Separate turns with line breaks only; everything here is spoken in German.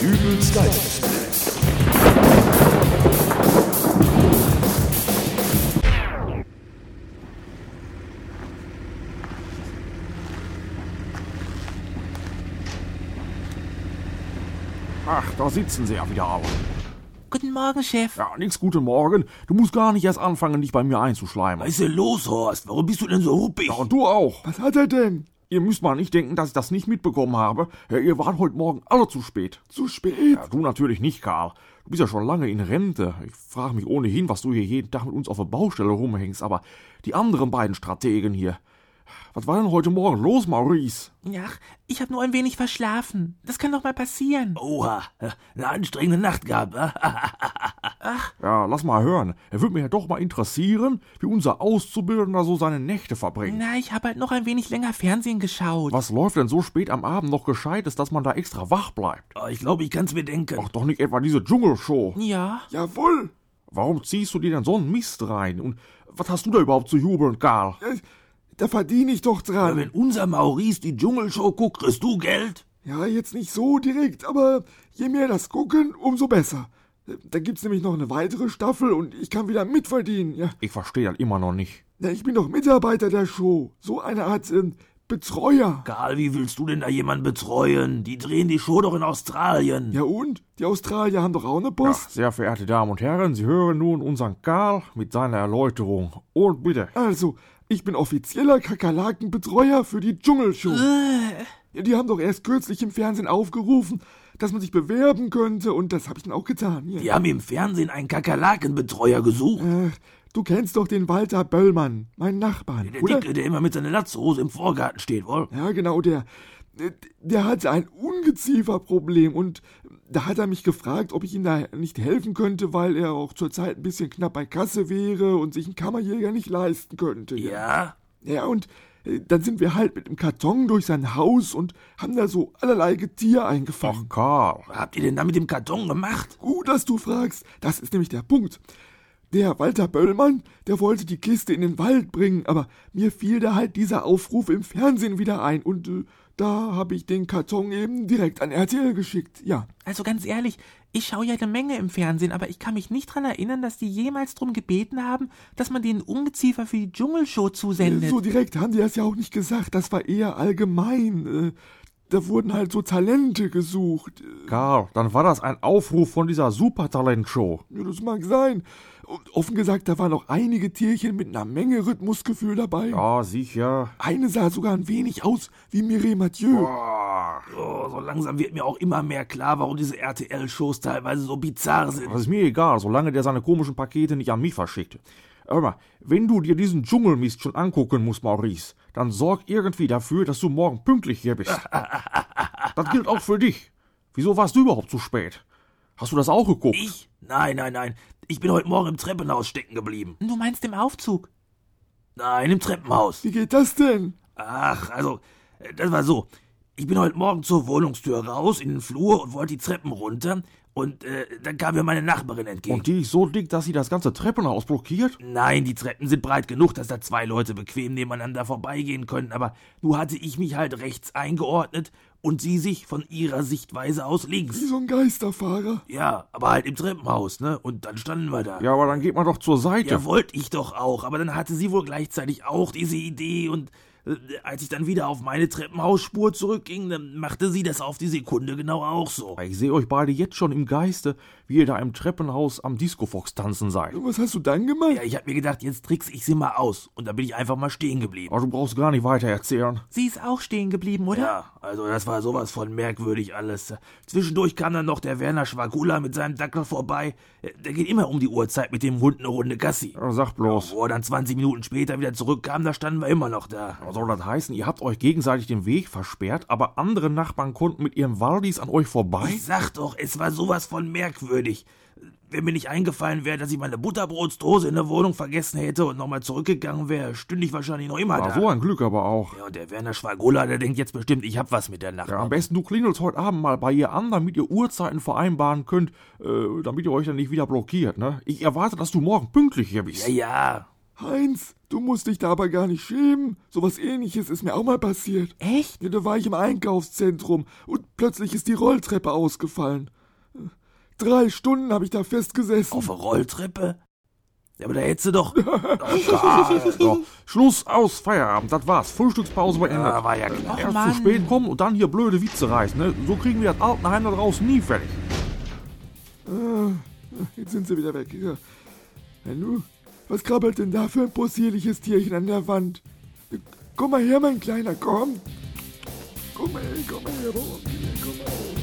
Übelst geil.
Ach, da sitzen sie ja wieder aber.
Guten Morgen, Chef.
Ja, nix guten Morgen. Du musst gar nicht erst anfangen, dich bei mir einzuschleimen.
Was ist denn los, Horst? Warum bist du denn so ruppig?
Und du auch.
Was hat er denn?
Ihr müsst mal nicht denken, dass ich das nicht mitbekommen habe. Ja, ihr wart heute Morgen alle zu spät.
Zu spät.
Ja, du natürlich nicht, Karl. Du bist ja schon lange in Rente. Ich frage mich ohnehin, was du hier jeden Tag mit uns auf der Baustelle rumhängst. Aber die anderen beiden Strategen hier. Was war denn heute Morgen los, Maurice?
Ach, ich habe nur ein wenig verschlafen. Das kann doch mal passieren. Oh,
Oha, eine anstrengende Nacht gehabt. wa?
Ja, lass mal hören. Er würde mich ja doch mal interessieren, wie unser Auszubildender so seine Nächte verbringt.
Na, ich habe halt noch ein wenig länger Fernsehen geschaut.
Was läuft denn so spät am Abend noch gescheites, dass man da extra wach bleibt?
Oh, Ich glaube, ich kann's mir denken.
Ach, doch nicht etwa diese Dschungelshow.
Ja,
Jawohl.
Warum ziehst du dir denn so einen Mist rein? Und was hast du da überhaupt zu jubeln, Karl?
Äh, Da verdiene ich doch
Aber
dran.
Wenn unser Maurice die Dschungelshow guckt, kriegst du Geld?
Ja, jetzt nicht so direkt, aber je mehr das gucken, umso besser. Äh, Da gibt's nämlich noch eine weitere Staffel und ich kann wieder mitverdienen. Ja,
Ich verstehe das immer noch nicht.
na, ich bin doch Mitarbeiter der Show. So eine Art ähm, Betreuer.
Karl, wie willst du denn da jemanden betreuen? Die drehen die Show doch in Australien.
Ja und? Die Australier haben doch auch eine
Ja,
Post.
sehr verehrte Damen und Herren, Sie hören nun unseren Karl mit seiner Erläuterung. Und bitte.
Also, ich bin offizieller Kakerlakenbetreuer für die Dschungelshow. Ja, Die haben doch erst kürzlich im Fernsehen aufgerufen, dass man sich bewerben könnte und das habe ich dann auch getan. Ja.
Die haben im Fernsehen einen Kakerlakenbetreuer gesucht.
Äh, du kennst doch den Walter Böllmann, meinen Nachbarn,
Der
oder?
Dicke, der immer mit seiner Latzhose im Vorgarten steht, wohl?
Ja, genau, der. äh, Der hatte ein Ungezieferproblem und da hat er mich gefragt, ob ich ihm da nicht helfen könnte, weil er auch zurzeit ein bisschen knapp bei Kasse wäre und sich einen Kammerjäger nicht leisten könnte.
Ja?
Ja, und äh, dann sind wir halt mit dem Karton durch sein Haus und haben da so allerlei Getier eingefangen.
Ach, Karl.
Was habt ihr denn da mit dem Karton gemacht?
Gut, dass du fragst. Das ist nämlich der Punkt. Der Walter Böllmann, der wollte die Kiste in den Wald bringen, aber mir fiel da halt dieser Aufruf im Fernsehen wieder ein und äh, da habe ich den Karton eben direkt an RTL geschickt. Ja,
also ganz ehrlich, ich schaue ja eine Menge im Fernsehen, aber ich kann mich nicht dran erinnern, dass die jemals drum gebeten haben, dass man denen Ungeziefer für die Dschungelshow zusendet.
äh, so direkt haben die das ja auch nicht gesagt. Das war eher allgemein. Äh, da wurden halt so Talente gesucht. Äh,
Karl, dann war das ein Aufruf von dieser Supertalent-Show.
Ja, das mag sein. Und offen gesagt, da waren auch einige Tierchen mit einer Menge Rhythmusgefühl dabei.
Ja, sicher.
Eine sah sogar ein wenig aus wie Mireille Mathieu.
Ah,
Oh, so langsam wird mir auch immer mehr klar, warum diese RTL-Shows teilweise so bizarr sind.
Das ist mir egal, solange der seine komischen Pakete nicht an mich verschickt. Hör mal, wenn du dir diesen Dschungelmist schon angucken musst, Maurice, dann sorg irgendwie dafür, dass du morgen pünktlich hier bist. Das gilt auch für dich. Wieso warst du überhaupt zu spät? Hast du das auch geguckt?
Ich? Nein, nein, nein. Ich bin heute Morgen im Treppenhaus stecken geblieben.
du meinst im Aufzug?
Nein, im Treppenhaus.
Wie geht das denn?
Ach, also, äh, das war so. Ich bin heute Morgen zur Wohnungstür raus in den Flur und wollte die Treppen runter. Und äh, dann kam mir meine Nachbarin entgegen.
Und die ist so dick, dass sie das ganze Treppenhaus blockiert?
Nein, die Treppen sind breit genug, dass da zwei Leute bequem nebeneinander vorbeigehen können, aber nur hatte ich mich halt rechts eingeordnet und sie sich von ihrer Sichtweise aus
Hm.
Wie
links.
so ein Geisterfahrer.
Ja, aber halt im Treppenhaus, ne? Und dann standen wir da.
Ja, aber dann geht man doch zur Seite.
Ja, wollte ich doch auch, aber dann hatte sie wohl gleichzeitig auch diese Idee und äh, als ich dann wieder auf meine Treppenhausspur zurückging, dann machte sie das auf die Sekunde genau auch so.
ich sehe euch beide jetzt schon im Geiste, wie ihr da im Treppenhaus am Discofox tanzen seid.
Und was hast du dann gemacht?
Ja, ich hab mir gedacht, jetzt trickse ich sie mal aus und da bin ich einfach mal stehen geblieben.
Aber du brauchst gar nicht weiter erzählen.
Sie ist auch stehen geblieben, oder?
Ja, also das war sowas von merkwürdig alles. Zwischendurch kam dann noch der Werner Schwagula mit seinem Dackel vorbei. Der geht immer um die Uhrzeit mit dem Hund eine Runde Gassi.
Oh, Ja, Sag bloß.
Wo er dann 20 Minuten später wieder zurückkam, da standen wir immer noch da.
Was soll das heißen? Ihr habt euch gegenseitig den Weg versperrt, aber andere Nachbarn konnten mit ihrem Waldis an euch vorbei?
Ich sag doch, es war sowas von merkwürdig. Wenn mir nicht eingefallen wäre, dass ich meine Butterbrotsdose in der Wohnung vergessen hätte und nochmal zurückgegangen wäre, stünde ich wahrscheinlich noch immer
War
da.
so ein Glück aber auch.
Ja, und der Werner Schwagula, der denkt jetzt bestimmt, ich hab was mit der Nacht.
Ja, am besten du klingelst heute Abend mal bei ihr an, damit ihr Uhrzeiten vereinbaren könnt, äh, damit ihr euch dann nicht wieder blockiert, ne? Ich erwarte, dass du morgen pünktlich hier bist.
ja, ja.
Heinz, du musst dich da aber gar nicht schämen. Sowas ähnliches ist mir auch mal passiert.
Echt?
Ja, da war ich im Einkaufszentrum und plötzlich ist die Rolltreppe ausgefallen. Drei Stunden habe ich da festgesessen.
Auf der Rolltreppe? Ja, aber da hättest du doch.
So, Schluss, aus, Feierabend, das war's. Frühstückspause beendet.
Ah, war ja klar.
Erst
Mann.
zu spät kommen und dann hier blöde Witze reißen. Ne? So kriegen wir das Altenheim da draußen nie fertig.
Jetzt sind sie wieder weg. Ja. Na nu, was krabbelt denn da für ein possierliches Tierchen an der Wand? Komm mal her, mein Kleiner, komm. Komm mal her, komm mal her, komm mal her, komm mal her.